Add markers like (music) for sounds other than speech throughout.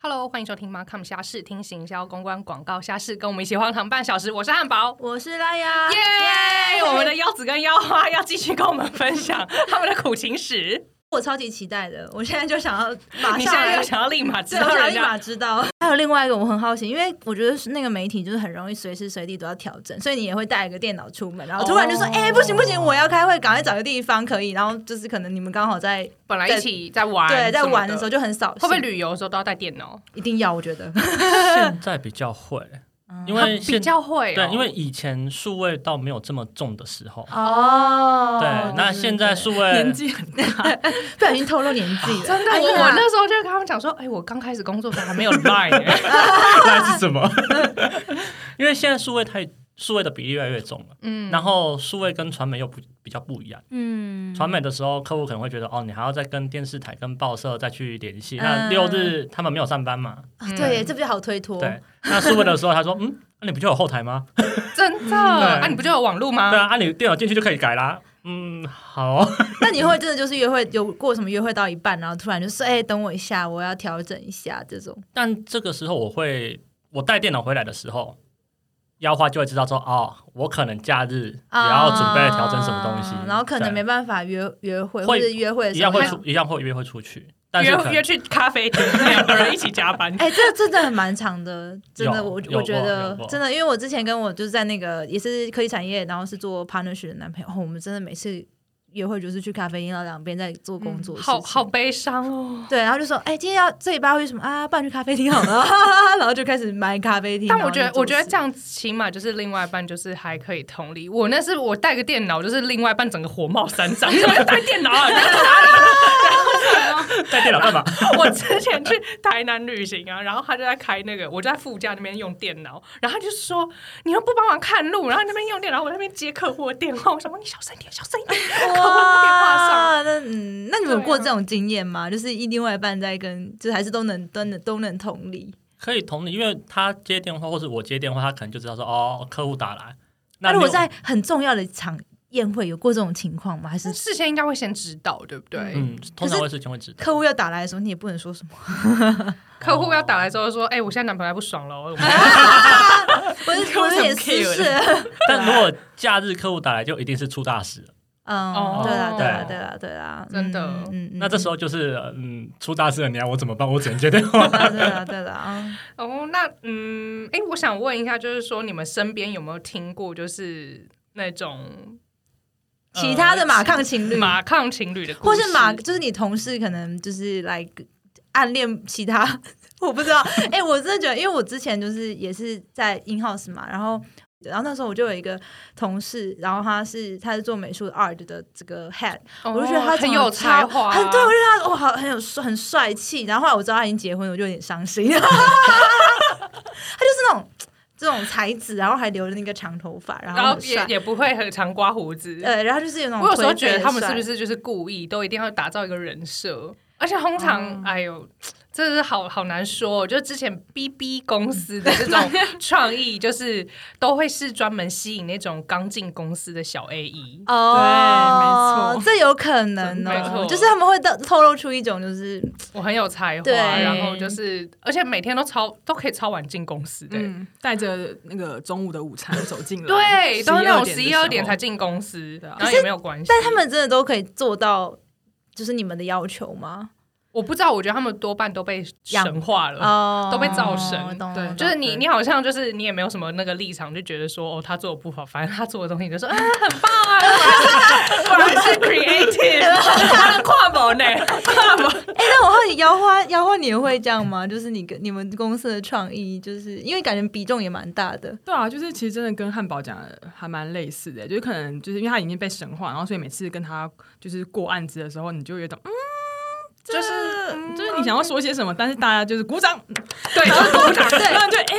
Hello，欢迎收听 Markham 虾事，听行销、公关、广告虾事，跟我们一起荒唐半小时。我是汉堡，我是拉雅，耶！我们的腰子跟腰花要继续跟我们分享 (laughs) 他们的苦情史。我超级期待的，我现在就想要马你现上在来就想要立马知对，我道想人立家马知道。还有另外一个，我很好奇，因为我觉得那个媒体就是很容易随时随地都要调整，所以你也会带一个电脑出门，然后突然就说：“哦哎、不行不行，我要开会，赶快找个地方可以。”然后就是可能你们刚好在本来一起在玩，对在玩的时候候，就很少，会不会旅游的时候都要带电脑？一定要？我觉得现在比较会，因为比现较会哦，对，因为以前数位倒没有这么重的时候，哦对，那现在数位 (laughs) 年纪很大，不小心透露年纪了，哦真的，哎我呀我那时候就跟他们讲说，哎，我刚开始工作的时候还没有 (laughs) Line，欸那是什么？ (laughs) 因为现在数位太数位的比例越来越重了，嗯，然后数位跟传媒又不比较不一样。嗯传媒的时候，客户可能会觉得哦，你还要再跟电视台、跟报社再去联系。嗯哦那六日他们没有上班嘛？啊对耶，这比较好推脱。对。那数位的时候，他说嗯，那、你不就有后台吗？真的，啊，你不就有网络吗？对啊，啊你电脑进去就可以改啦。嗯，好， (laughs) 那你会真的就是约会有过什么约会到一半，然后突然就说：“哎、等我一下，我要调整一下。”这种但这个时候我会，我带电脑回来的时候，腰花就会知道说，哦，我可能假日也要准备调整什么东西，啊然后可能没对办法约约会，会或者约会的一时样候会还。出，一样会约会出去，但是可约能约去咖啡厅，两个人一起加班哎、这真的很蛮长 (laughs) 的，真的，有我有我觉有得过真的，因为我之前跟我就是在那个也是科技产业，然后是做 partnership 的男 (laughs) 朋友，哦我们真的每次约会就是去咖啡因，然后两边在做工嗯作、嗯好好。悲伤哦。对，然后就说，哎、今天要这礼拜会什么啊？不然去咖啡厅好了，哈 (laughs) 哈哈然后就开始买咖啡厅。但然我后觉得，就做我觉得事这样起码就是另外一半就是还可以同理。我那是我带个电脑，就是另外一半整个火冒三丈，你怎么要带电脑啊？ (laughs) (laughs) 带电脑干嘛？我之前去台南旅行啊，然后他就在开那个，我就在副驾那边用电脑，然后他就说你又不帮忙看路，然后你那边用电脑，我那边接客户的电话，我想说你小声一点，小声一点， (laughs) 客户的电话上。哇，那嗯，那你们有过这种经验吗？就是一另外一半在跟，就是还是都能都能都能同理。可以同理，因为他接电话或者我接电话，他可能就知道说，哦，客户打来。那如你果有在很重要的场宴会有过这种情况吗？还是事先应该会先知道，对不对？嗯，通常会事情会知道。客户要打来的时候，你也不能说什么？客户要打来之后说：“哎、我现在男朋友还不爽了。我” (laughs) 我是我是也是是，但如果假日客户打来，就一定是出大事了。 (laughs) 嗯哦，对啦对啦对对啦对啦，真的嗯嗯，嗯那这时候就是，嗯，出大事了，你要我怎么办？我只能接电 (laughs) 话。对啦对啦对啦，嗯哦，那嗯，哎、我想问一下，就是说你们身边有没有听过，就是那种呃其他的马抗情侣，马抗情侣的故或事，是马，就是你同事可能就是来暗恋其他， (laughs) 我不知道。哎、我真的觉得，因为我之前就是也是在 in house 嘛，然后。然后那时候我就有一个同事，然后他是他是做美术 art 的这个 head，、哦我就觉得他很长得有超才华，啊很对我就觉得他哇好很有帅很帅气。然后后来我知道他已经结婚了，我就 (laughs) 有点伤心。他就是那种这种才子，然后还留着那个长头发，然然后后很也帅，也不会很常刮胡子。呃，然后就是有那种我有时候颓废觉得的他们是帅不是就是故意，都一定要打造一个人设，而且通哦常，哎呦。真的是好好难说、哦，就之前 B B 公司的这种创意，就是都会是专门吸引那种刚进公司的小 A E。哦，对没错这有可能没错哦，就是他们会透透露出一种就是我很有才华，对然后就是，而且每天都超都可以超晚进公司的、嗯，带着那个中午的午餐走进来，对，都是那种12十一二点点的时候才进公司，然可后是也没有关系。但他们真的都可以做到，就是你们的要求吗？我不知道，我觉得他们多半都被神化了。哦，呃都被造神懂对懂就是你，对你好像就是你也没有什么那个立场，就觉得说哦，他做的不好，反正他做的东西你就 (laughs) 说啊，很棒啊，果然是 creative，他 (laughs) 能跨模呢，哎，那我好奇姚花，姚花你也会这样吗？就是你跟你们公司的创意，就是因为感觉比重也蛮大的， (laughs) 对啊，就是其实真的跟汉堡讲的还蛮类似的，就是可能就是因为他已经被神化，然后所以每次跟他就是过案子的时候，你就有一种嗯，就是嗯就是你想要说些什么，但是大家就是鼓掌， (laughs) 对，就是鼓掌，然后就哎、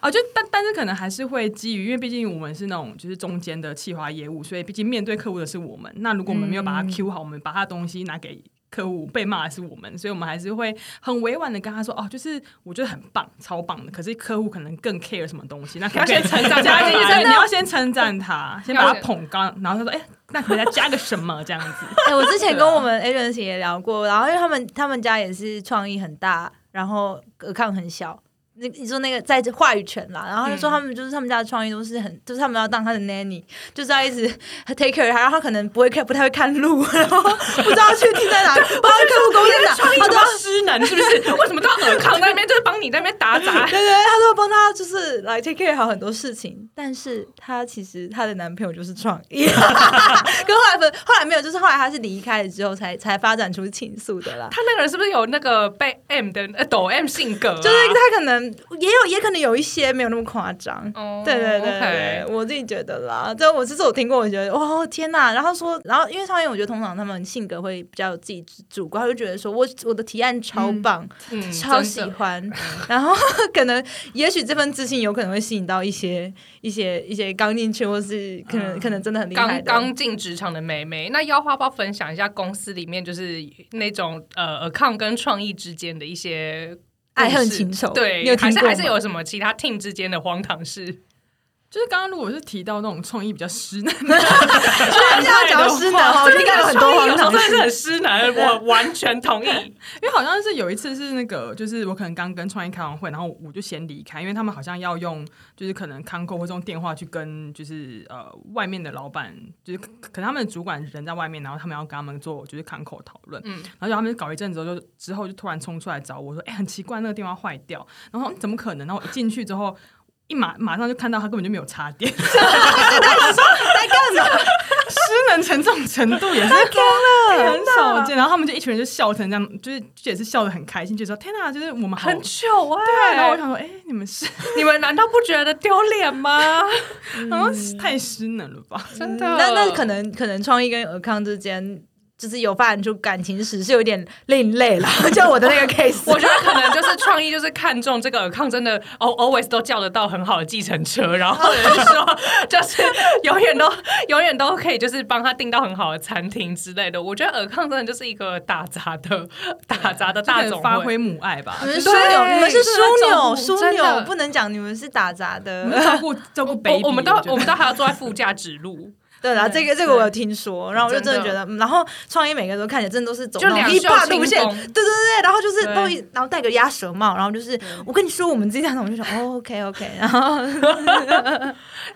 啊，就但但是可能还是会基于，因为毕竟我们是那种就是中间的企划业务，所以毕竟面对客户的是我们。那如果我们没有把嗯它 Q 好，我们把他东西拿给。客户被骂的是我们，所以我们还是会很委婉的跟他说：“哦，就是我觉得很棒，超棒的。”可是客户可能更 care 什么东西，那可不可以要先称赞加进去，他对你要先称赞他，先要把他先捧高，然后他说：“哎、那可能再加个什么这样子。” (laughs) 哎、我之前跟我们 agency 也聊过，然后因为他们他们家也是创意很大然后隔抗很小。那你说那个在话语权啦，然后他说他们就是他们家的创意都是很，就是他们要当他的 nanny，就是要一直 (laughs) take care 他，然后他可能不会看，不太会看路，然后不知道去停在哪，不知道客户公在哪，创意他怎都么要失能是不是？为什么到尔康那边就是帮你在那边打杂？对对，对他说帮他就是来 take care 好很多事情，但是他其实她的男朋友就是创意， (laughs) 跟后来不后来没有，就是后来他是离开了之后才才发展出情愫的啦。他那个人是不是有那个被 M 的呃抖 M 性格啊、 (laughs) 就是他可能也有，也可能有一些没有那么夸张。哦对对对 OK 对我自己觉得啦。这我这次我听过，我觉得哇天哪！然后说，然后因为创业，我觉得通常他们性格会比较有自己主观，他就觉得说我我的提案超棒，嗯超喜真的欢。然后可能，也许这份自信有可能会吸引到一些一些一些刚进去，或是可能、可能真的很厉嗯害刚的。刚进职场的妹妹，那要花不要分享一下公司里面就是那种呃 account 跟创意之间的一些故事爱恨情仇对，你有听还是过还是吗有什么其他 team 之间的荒唐事？就是刚刚如果是提到那种创意比较失能， (laughs) 对，这样讲 (laughs) 到失能哦，我听到有很多创意有荒时候唐真的事是很失男，我完全同意。因为好像是有一次是那个，就是我可能刚跟创意开完会，然后我就先离开，因为他们好像要用就是可能康扣或者用电话去跟就是呃外面的老板，就是可可能他们的主管人在外面，然后他们要跟他们做就是康扣讨论，嗯然后就他们搞一阵子之后就之后就突然冲出来找我说，哎、很奇怪那个电话坏掉，然后怎么可能？然后我一进去之后。一马马上就看到他根本就没有插 (laughs) 电，失 (laughs) 在干嘛？能成这种程度也是哎很少 (laughs) 见。然后他们就一群人就笑成这样，就是就也是笑得很开心，就说天哪、就是我们好很糗啊！对啊，然后我想说，哎、你们是， (laughs) 你们难道不觉得丢脸 (laughs) 吗？嗯好像太失能了 (laughs) 吧？真的，嗯那那可能可能创意跟尔康之间。就是有发展出感情史是有点另类 (laughs) 了，就我的那个 case，我觉得可能就是创意，就是看中这个尔康真的 al- always 都叫得到很好的计程车，然后或者嗯是说就是永远都永远都可以就是帮他订到很好的餐厅之类的。我觉得尔康真的就是一个打杂的打杂的大就总可以发会。嗯挥母爱吧你，们对是枢纽，你们是枢纽，真的枢真的纽不能讲你们是打杂我的。们照顾照顾我 baby，我们都觉得我们都还要坐在副驾指路，对啦，对这个这个我有听说，然后我就真的真的觉得，嗯然后创意每个都看起来真的都是走就那种两一袖把清路线，风对对对对，然后就是对都一，然后戴个鸭舌帽，然后就是我跟你说我们这家，我就想哦 OK OK，然后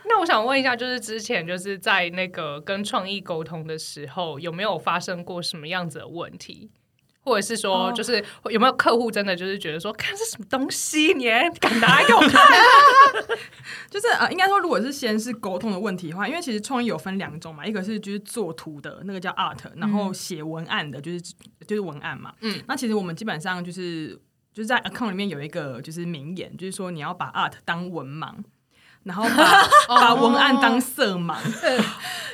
那我想问一下，就是之前就是在那个跟创意沟通的时候，有没有发生过什么样子的问题？或者是说，哦就是有没有客户真的就是觉得说，看这什么东西，你还敢拿来给我看？ (laughs) 就是呃，应该说，如果是先是沟通的问题的话，因为其实创意有分两种嘛，一个是就是做图的那个叫 art，然后写文案的，就是就是文案嘛。嗯嗯，那其实我们基本上就是就是在 account 里面有一个就是名言，就是说你要把 art 当文盲。然后把 (laughs) 哦把文案当色盲，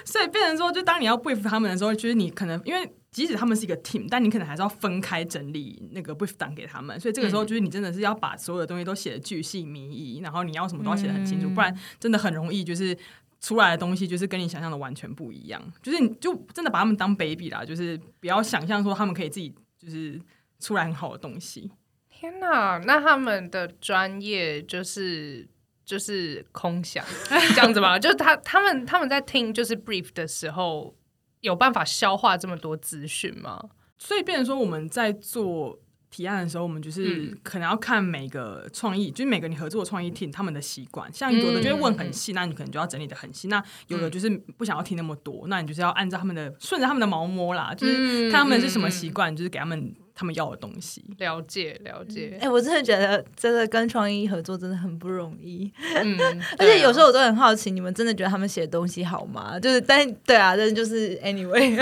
所以变成说，就当你要 brief 他们的时候，就是你可能因为即使他们是一个 team，但你可能还是要分开整理那个 brief 档给他们。所以这个时候，就是你真的是要把所有的东西都写的巨细靡遗，然后你要什么都要写的很清楚，不然真的很容易就是出来的东西就是跟你想象的完全不一样。就是你就真的把他们当 baby 啦，就是不要想象说他们可以自己就是出来很好的东西。天哪，那他们的专业就是就是空想这样子吧？ (laughs) 就是他他们他们在听就是 brief 的时候，有办法消化这么多资讯吗？所以变成说我们在做提案的时候，我们就是可能要看每个创意，就是每个你合作的创意 team 他们的习惯，像有的就会问很细，那你可能就要整理的很细；那有的就是不想要听那么多，那你就是要按照他们的顺着他们的毛摸啦，就是看他们是什么习惯，就是给他们他们要的东西。了解了解，哎，我真的觉得真的跟创意合作真的很不容易，嗯，而且有时候候我都很好奇，你们真的觉得他们写的东西好吗？就是但对啊，但就 (laughs) 是 anyway，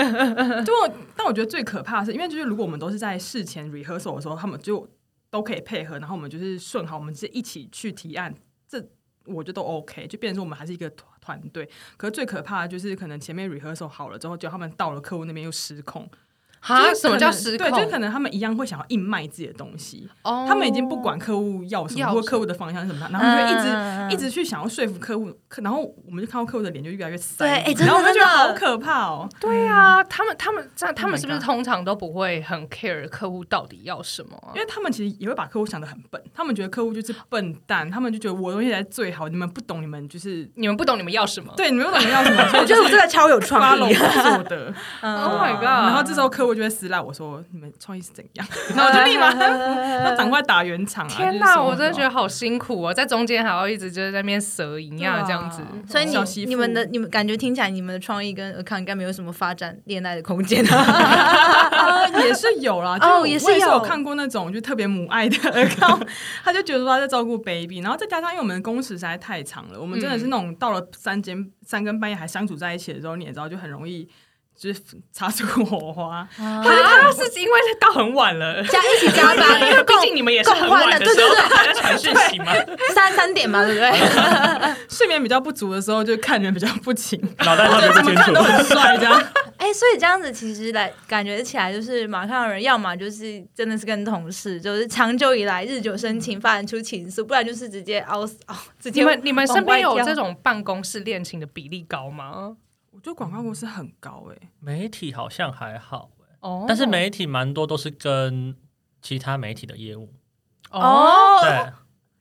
就我但我觉得最可怕的是，因为就是如果我们都是在事前 rehearsal 的时候，他们就都可以配合，然后我们就是顺好，我们是一起去提案，这我觉得都 OK，就变成说我们还是一个团团队。可是最可怕的就是可能前面 rehearsal 好了之后，就他们到了客户那边又失控。啊，就是什么可能叫失控？对，就是可能他们一样会想要硬卖自己的东西，哦他们已经不管客户要什要么什么或客户的方向是什么，然后他们就一直、嗯一直去想要说服客户，可然后我们就看到客户的脸就越来越塞，对哎真的然后我就觉得真的好可怕哦。对啊，他们他们这样，他们 my 是不是 God 通常都不会很 care 客户到底要什么、啊因？为他们其实也会把客户想得很笨，他们觉得客户就是笨蛋，他们就觉得我的东西才最好，你们不懂，你们就是你们不懂你们要什么？对，你们不懂你们要什么，所以我觉得我真的超有 (laughs) 创发意我。做的。嗯，Oh my god！然后这时候客户我就会私赖我说你们创意是怎样， (laughs) 然后我就立马 (laughs) 让赶快打圆场啊！天哪，我真的觉得好辛苦哦，在中间还要一直就是在那边蛇一样啊这样子。 (laughs) (laughs) 所以小媳你妇你们的你们感觉听起来，你们的创意跟尔康应该没有什么发展恋爱的空 (laughs) 间 (laughs) 啊，也是有啦，就哦我也是我有有看过那种就特别母爱的 account，他就觉得说他在照顾 baby，然后再加上因为我们工时实在太长了，我们真的是那种到了三更三更半夜还相处在一起的时候，你也知道就很容易就是擦出火花，可是他要是因为到很晚了，加一起加班， (laughs) 因为毕竟你们也是很晚的 (laughs) 共时患候才在难传传讯讯息。息吗？三三点嘛，对不对？睡眠比较不足的时候就看人比较不勤，脑袋特别不清楚，帅这样。哎、所以这样子其实来感觉起来，就是马上有人要么就是真的是跟同事，就是长久以来日久生情，发展出情愫，不然就是直接凹死哦，直 (laughs) 你接们你们身边有往外这跳种办公室恋情的比例高吗？我觉得广告公司很高哎、媒体好像还好，哦但是媒体蛮多都是跟其他媒体的业务，哦，对，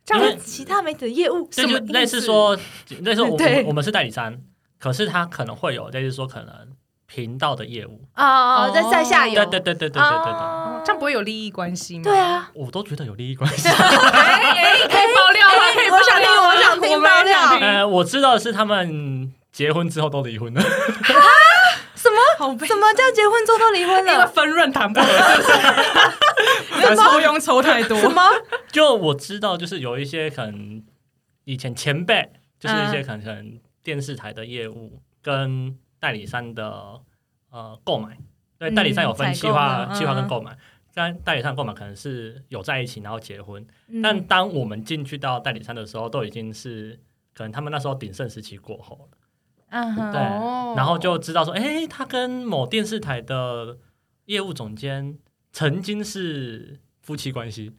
这样因子为其他媒体的业务就什么就意思类似说， (laughs) 类似我对们我们是代理商，可是他可能会有类似说可能频道的业务，啊、哦，在在下游，对对对对对对对对，哦这样不会有利益关系吗？对，啊，我都觉得有利益关 (laughs) 系。哎哎，可以爆料啊吗？可以爆哎我想听，料吗我想我听啊们爆也想料听。呃，我知道的是他们结婚之后都离婚了，什么？好哦悲什么叫结婚之后都离婚因为了？分润谈不合，是不是？那抽佣抽太多，什么？就我知道，就是有一些可能以前前辈，就是一些可能可能电视台的业务跟代理商的呃购买，对，嗯代理商有分采购计划、嘛嗯计划跟购买。但代理商购买可能是有在一起，然后结婚。嗯但当我们进去到代理商的时候，都已经是可能他们那时候鼎盛时期过后了，嗯哼对。哦然后就知道说，哎，他跟某电视台的业务总监曾经是夫妻关系，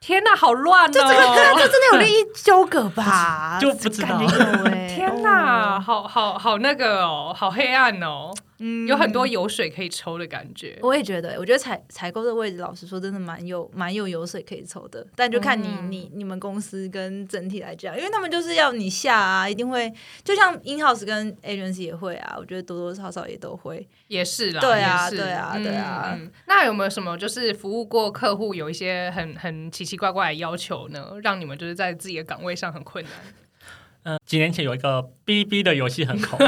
天哪，好乱就这个真哦！的，这真的有利益纠葛吧？就不知道感觉有哎、 (laughs) 天哪，好好好那个哦，好黑暗哦，嗯哦有很多油水可以抽的感觉。我也觉得，我觉得采采购的位置，老实说，真的蛮有蛮有油水可以抽的，但就看你、嗯你你们公司跟整体来讲，因为他们就是要你下啊，一定会，就像 in house 跟 agency 也会啊，我觉得多多少少也都 (laughs) 会。也是啦，对啊也是对啊对啊嗯嗯那有没有什么就是服务过客户有一些很很奇奇怪怪的要求呢？让你们就是在自己的岗位上很困难？嗯，几年前有一个 BB 的游戏很红，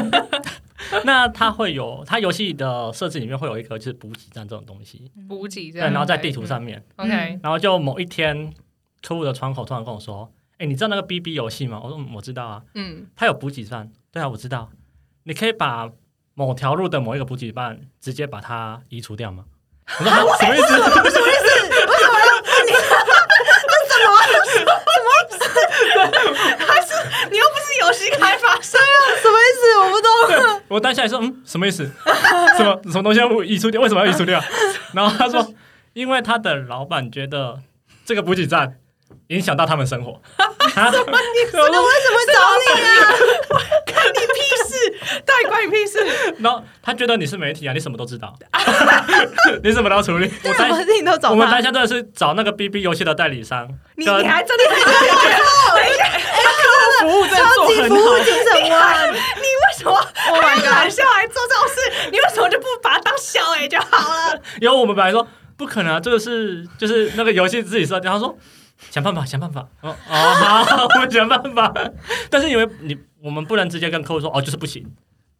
那它会有它游戏的设置里面会有一个就是补给站这种东西，嗯补给这对，样，然后在地图上面，嗯，OK，然后就某一天客户的窗口突然跟我说：“哎，你知道那个 BB 游戏吗？”我说：“嗯我知道啊，嗯，它有补给站。”对啊，我知道。你可以把某条路的某一个补给站直接把它移除掉吗？我说啊什么意思？你又不是游戏开发商，什么意思？我不懂。对我当下还说嗯，什么意思？ (laughs) 什么什么东西要移除掉？为什么要移除掉？ (laughs) 然后他说，因为他的老板觉得这个补给站影响到他们生活。 (laughs) 啊，那为什么找你 (laughs) 啊？到底关你屁事？然后他觉得你是媒体啊，你什么都知道， (laughs) 你什么都要处理。我什么当事情都找我们当他？下真的是找那个 BB 游戏的代理商，你跟你还真的是这样觉得？哎服务真的超做级很，Oh 服好。 (laughs) 务精神哇！你为什么开玩笑还做这种事？你为什么就不把它当小 A 就好了？因为我们本来说不可能啊，这个是就是那个游戏自己设定。他说想办法，想办法。哦哦，好， (laughs) 我们想办法。但是因为你我们不能直接跟客户说哦，就是不行。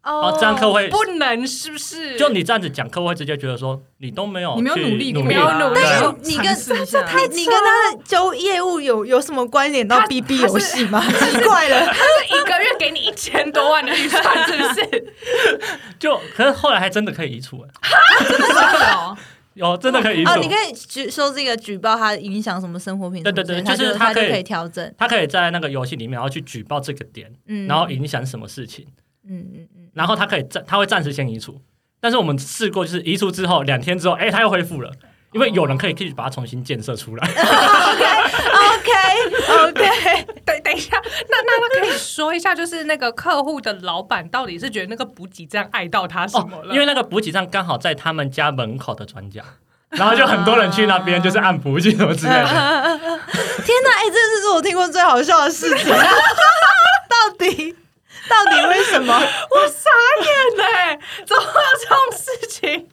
哦，这样客户嗯会不能是不是？就你这样子讲，客户会直接觉得说你都没有你没有去努力过，努力啊没有努力对但你跟这这他你跟他的交业务有有什么关联到他 BB 游戏吗？ (laughs) 奇怪了，他是一个月给你一千多万的预算，是不 (laughs) 是？就可是后来还真的可以移除哎，哦，有真的可以移除哦，，你可以举说这个举报他影响什么生活品质，对对对他就是他他就可以可以调整，他可以在那个游戏里面，然后去举报这个点，嗯，然后影响什么事情，嗯嗯嗯，然后他可以暂他会暂时先移除，但是我们试过就是移除之后两天之后，哎，他又恢复了。因为有人可以去把它重新建设出来， OK 哦 OK，等等一下，那那那可以说一下，就是那个客户的老板到底是觉得那个补给站爱到他什么哦，了？因为那个补给站刚好在他们家门口的转角，然后就很多人去那边，就是按补给什么之类的。天哪，哎、这是我听过最好笑的事情， (laughs) 到底到底为什么？我傻眼嘞、怎么会有这种事情？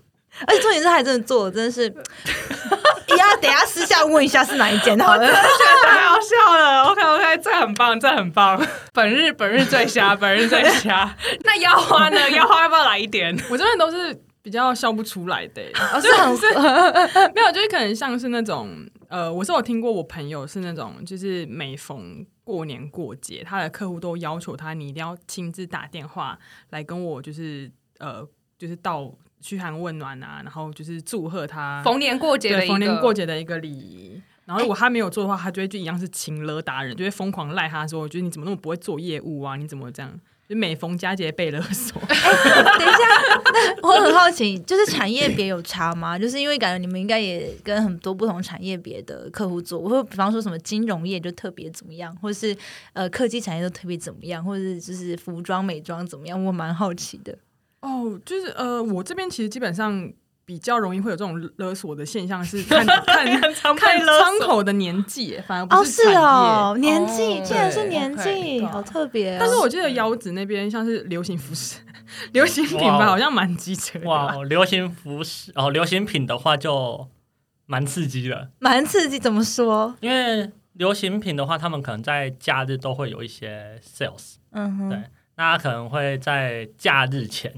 而且重点是他还真的做了，真的是， (laughs) 呀，等一下私下问一下是哪一间好了。太好笑了！OK OK，这很棒，这很棒。本日本日最 (laughs) 瞎，本日最瞎。那腰花 (laughs) 呢？腰花要不要来一点？我真的都是比较笑不出来的、欸 (laughs) 哦是很没有，就是可能像是那种，呃，我是有听过我朋友是那种，就是每逢过年过节，他的客户都要求他，你一定要亲自打电话来跟我，就是呃，就是到嘘寒问暖啊，然后就是祝贺他逢年过节的对一个逢年过节的一个礼仪。然后如果他没有做的话，他就会就一样是情勒达人，就会疯狂赖他说，就是你怎么那么不会做业务啊？你怎么这样？就每逢佳节被勒索。等一下， (laughs) 那我很好奇，就是产业别有差吗？ (laughs) 就是因为感觉你们应该也跟很多不同产业别的客户做，或者比方说什么金融业就特别怎么样，或是呃科技产业都特别怎么样，或者是就是服装美妆怎么样，我蛮好奇的。 (laughs) 哦，就是呃，我这边其实基本上比较容易会有这种勒索的现象，是 (laughs) 看看很常看被勒窗索。口的年纪耶，反而哦，不是产业。哦，年纪、哦竟然是对年纪 OK，好特别、哦。但是我记得腰子那边像是流行服饰、流行品牌好像蛮机车的吧。哇，哦流行服饰哦，流行品的话就蛮刺激的，蛮刺激，怎么说？因为流行品的话，他们可能在假日都会有一些 sales，嗯哼对，那他可能会在假日前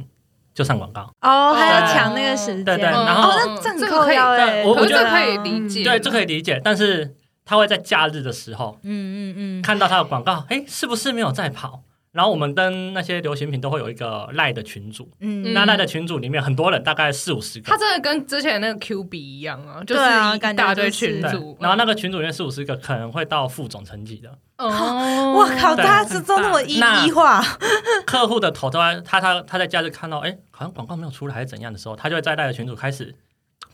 就上广告。哦，还要对抢那个时间，对对然后哦，那这很这个扣可以腰哎，对我可是觉这得可以理解，对，这可以理解，但是他会在假日的时候嗯嗯嗯，看到他的广告，哎，是不是没有在跑？然后我们跟那些流行品都会有一个赖的群组，嗯，那赖的群组里面很多人，大概四五十个他。真的跟之前那个 Q B 一样啊，就对啊一感觉大堆就是群对组，，嗯然后那个群组里面四五十个可能会到副总层级的 (laughs) 哦，我靠，对大家是都那么一那一化，客户的头，他他他他在家就看到，哎，好像广告没有出来还是怎样的时候，他就会在赖的群组开始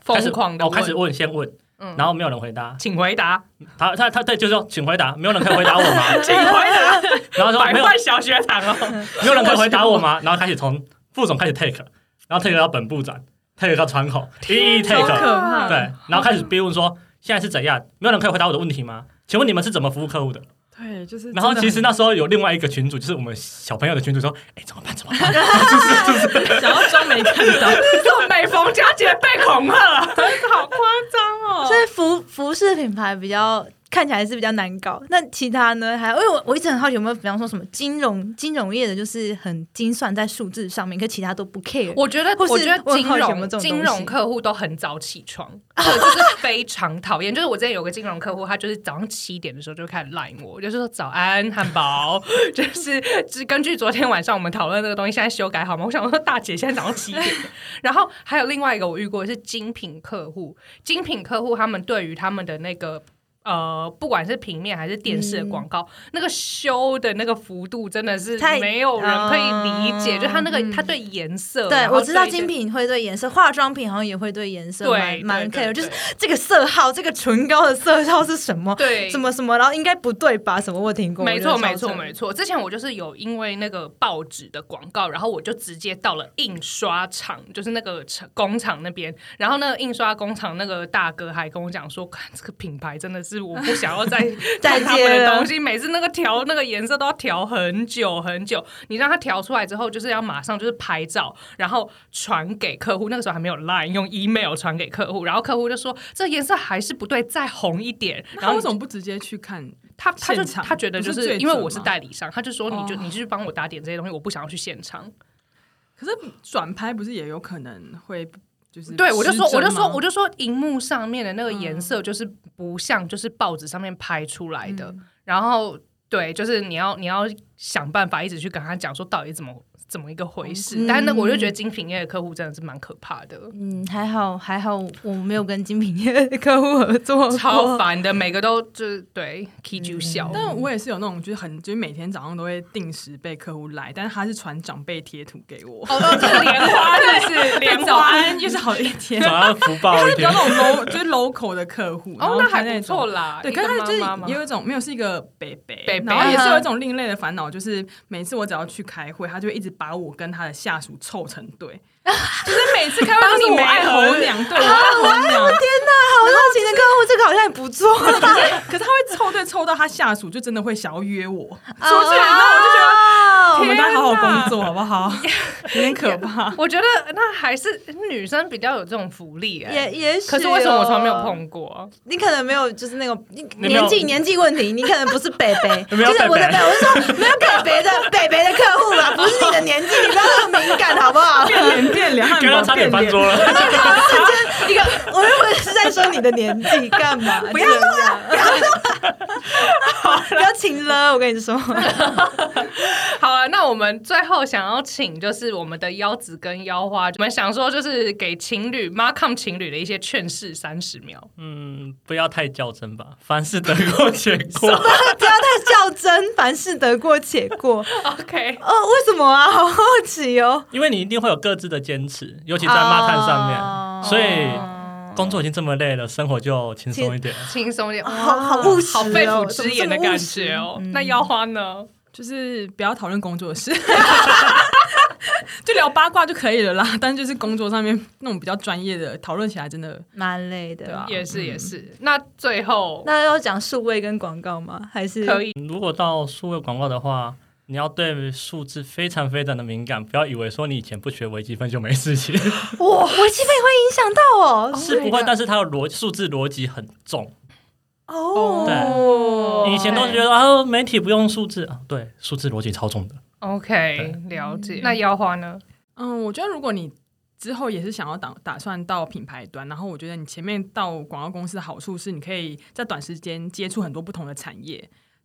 开始疯狂的哦，开始问先问，嗯然后没有人回答，请回答，他他他对，就是说请回答，没有人可以回答我吗？请回 (laughs) 答，然后说百没有万小学堂哦，没有人可以回答我吗？然后开始从副总开始 take，然后 take 到本部长，take 到窗口，一一好 take，可 (laughs) 怕！对，然后开始逼问说现在是怎样？没有人可以回答我的问题吗？请问你们是怎么服务客户的？对，就是真的然很。后其实那时候有另外一个群主，就是我们小朋友的群主说，哎，怎么办？怎么办？就是就是， (laughs) 想要装没看 (laughs) 到，做每逢佳节被恐吓，真的好夸张哦。所以服服饰品牌比较看起来是比较难搞。那其他呢？还因为我我一直很好奇有没有，比方说什么金融金融业的，就是很精算在数字上面，可其他都不 care。我觉得，或是我觉我得很金好奇有没有融这种金东西融客户都很早起床，这个就是非常讨厌。就是我之前有个金融客户，他就是早上七点的时候就开始 line 我，就是说早安汉堡， (laughs) 就是只根据昨天晚上我们讨论那个东西，现在修改好吗？我想说大姐现在早上七点，然后还有另外一个我遇过的是精品客户，精品客户他们对于他们的那个。呃，不管是平面还是电视的广告，那个修的那个幅度真的是嗯太没有人可以理解，嗯就他那个他对颜色，对然，后我知道一些精品会对颜色，化妆品好像也会对颜色对蛮对蛮对 care，对就是这个色号，这个唇膏的色号是什么？对，什么什么，然后应该不对吧？什么我听过，没错，没错，错。没错。之前我就是有因为那个报纸的广告，然后我就直接到了印刷厂，就是那个厂工厂那边。然后那个印刷工厂那个大哥还跟我讲说，看这个品牌真的是我不想 (laughs) 要再再看他们接的了东西，每次那个调那个颜色都要调很久很久。你让他调出来之后，就是要马上就是拍照，然后传给客户。那个时候还没有 Line，用 email 传给客户，然后客户就说这颜色还是不对，再红一点。然那他后为什么不直接去看？他他就现场他觉得就不是最是准因为我是吗代理商，他就说你就哦你就去帮我打点这些东西，我不想要去现场。可是转拍不是也有可能会就是对我就说失我真就说吗嗯我就说荧幕上面的那个颜色就是不像就是报纸上面拍出来的，嗯然后对，就是你要你要想办法一直去跟他讲说到底怎么怎么一个哦回事。嗯但是那我就觉得精品业的客户真的是蛮可怕的。嗯，还好还好，我没有跟精品业的客户合作过， (laughs) 超烦的，每个都就是对 K 九笑，嗯 (laughs) 但我也是有那种，就是很，就是每天早上都会定时被客户来，但是他是传长辈贴图给我，哦，这个莲花是不是莲对早花？安又是好一天，早上福报一比较 (laughs) 天那。种 low 就是 local 的客户，然哦后，那他还那不种错。啦。对，一可是个他就是妈妈吗也有一种没有是一个北北，北北啊然后也是有一种另类的烦恼，就是每次我只要去开会，他就会一直把我跟他的下属凑成对，就是每次啊开会都是我爱红娘，对我爱红娘，好热情的客户，这个好像也不错。可是他会凑对凑到他下属就真的会想要约我，出去，然后我就觉得。我哦，们都要好好工作，好不好？ (laughs) 有点可怕。 (laughs) 我觉得那还是女生比较有这种福利哎、也也许哦。可是为什么我从来没有碰过？你可能没有，就是那种你你没有年纪年纪问 (laughs) 题，你可能不是北北，没有就是我的北，北北我是说没有北北的北北的客户啦，不是你的年纪，你不要那么敏感好不好？变脸 (laughs) 变脸，汉刚刚堡差点变翻脸，桌了。一个，我认为是在说你的年纪干嘛？ (laughs) 不要这样，不要亲了，我跟你说，好了，那我们最后想要请就是我们的腰子跟腰花，我们想说就是给情侣 Markham 情侣的一些劝世三十秒。嗯，不要太较真吧，凡事得过且 (laughs) 过。 (laughs) 不要太较真，凡事得过且过。 OK，哦，为什么啊？好好奇哦。因为你一定会有各自的坚持，尤其在骂探上面，哦所以工作已经这么累了，生活就轻松一点。轻松一点，哇好好务实哦好肺腑之言的感觉哦。怎么这么务实嗯那腰花呢？就是不要讨论工作的事， (laughs) 就聊八卦就可以了啦。但就是工作上面那种比较专业的，讨论起来真的蛮累的对啊也是也是。那最后那要讲数位跟广告吗？还是可以如果到数位广告的话，你要对数字非常非常的敏感，不要以为说你以前不学微积分就没事情，哇，微积分也会影响到哦。 (laughs) 是不 my 会， god 但是它的逻数字逻辑很重。哦哦，以前都觉得啊，媒体不用数字啊，对，数字逻辑超重的。 OK，了解。那腰花呢？嗯，我觉得如果你之后也是想要打打算到品牌端，然后我觉得你前面到广告公司的好处是，你可以在短时间接触很多不同的产业，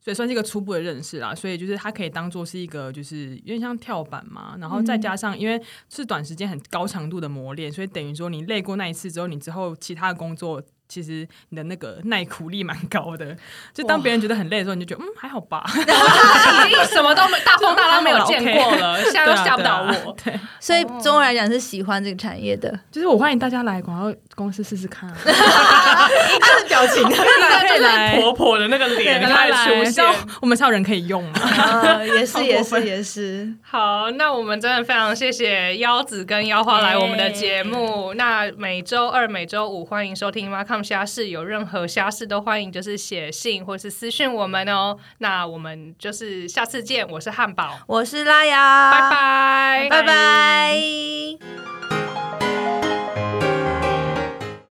所以算是一个初步的认识啦。所以就是它可以当做是一个就是有点像跳板嘛，然后嗯再加上因为是短时间很高强度的磨练，所以等于说你累过那一次之后，你之后其他的工作。其实你的那个耐苦力蛮高的，就当别人觉得很累的时候，你就觉得嗯还好吧， (laughs) 已经什么都没大风大浪没有见过了，现在对都啊吓不到对啊我。对，所以总而言之是喜欢这个产业的。就是我欢迎大家来广告公司试 (laughs) 试看啊、他的表情， (laughs) 那啊就是来婆婆的那个脸来开啊始来来，出这现样。我们才有人可以用嘛。啊，也是好也过是分也是，好，那我们真的非常谢谢腰子跟腰花来我们的节目。那每周二、每周五欢迎收听《妈看虾事》，有任何虾事都欢迎就是写信或是私讯我们哦。那我们就是下次见，我是汉堡，我是拉雅，拜拜，拜拜。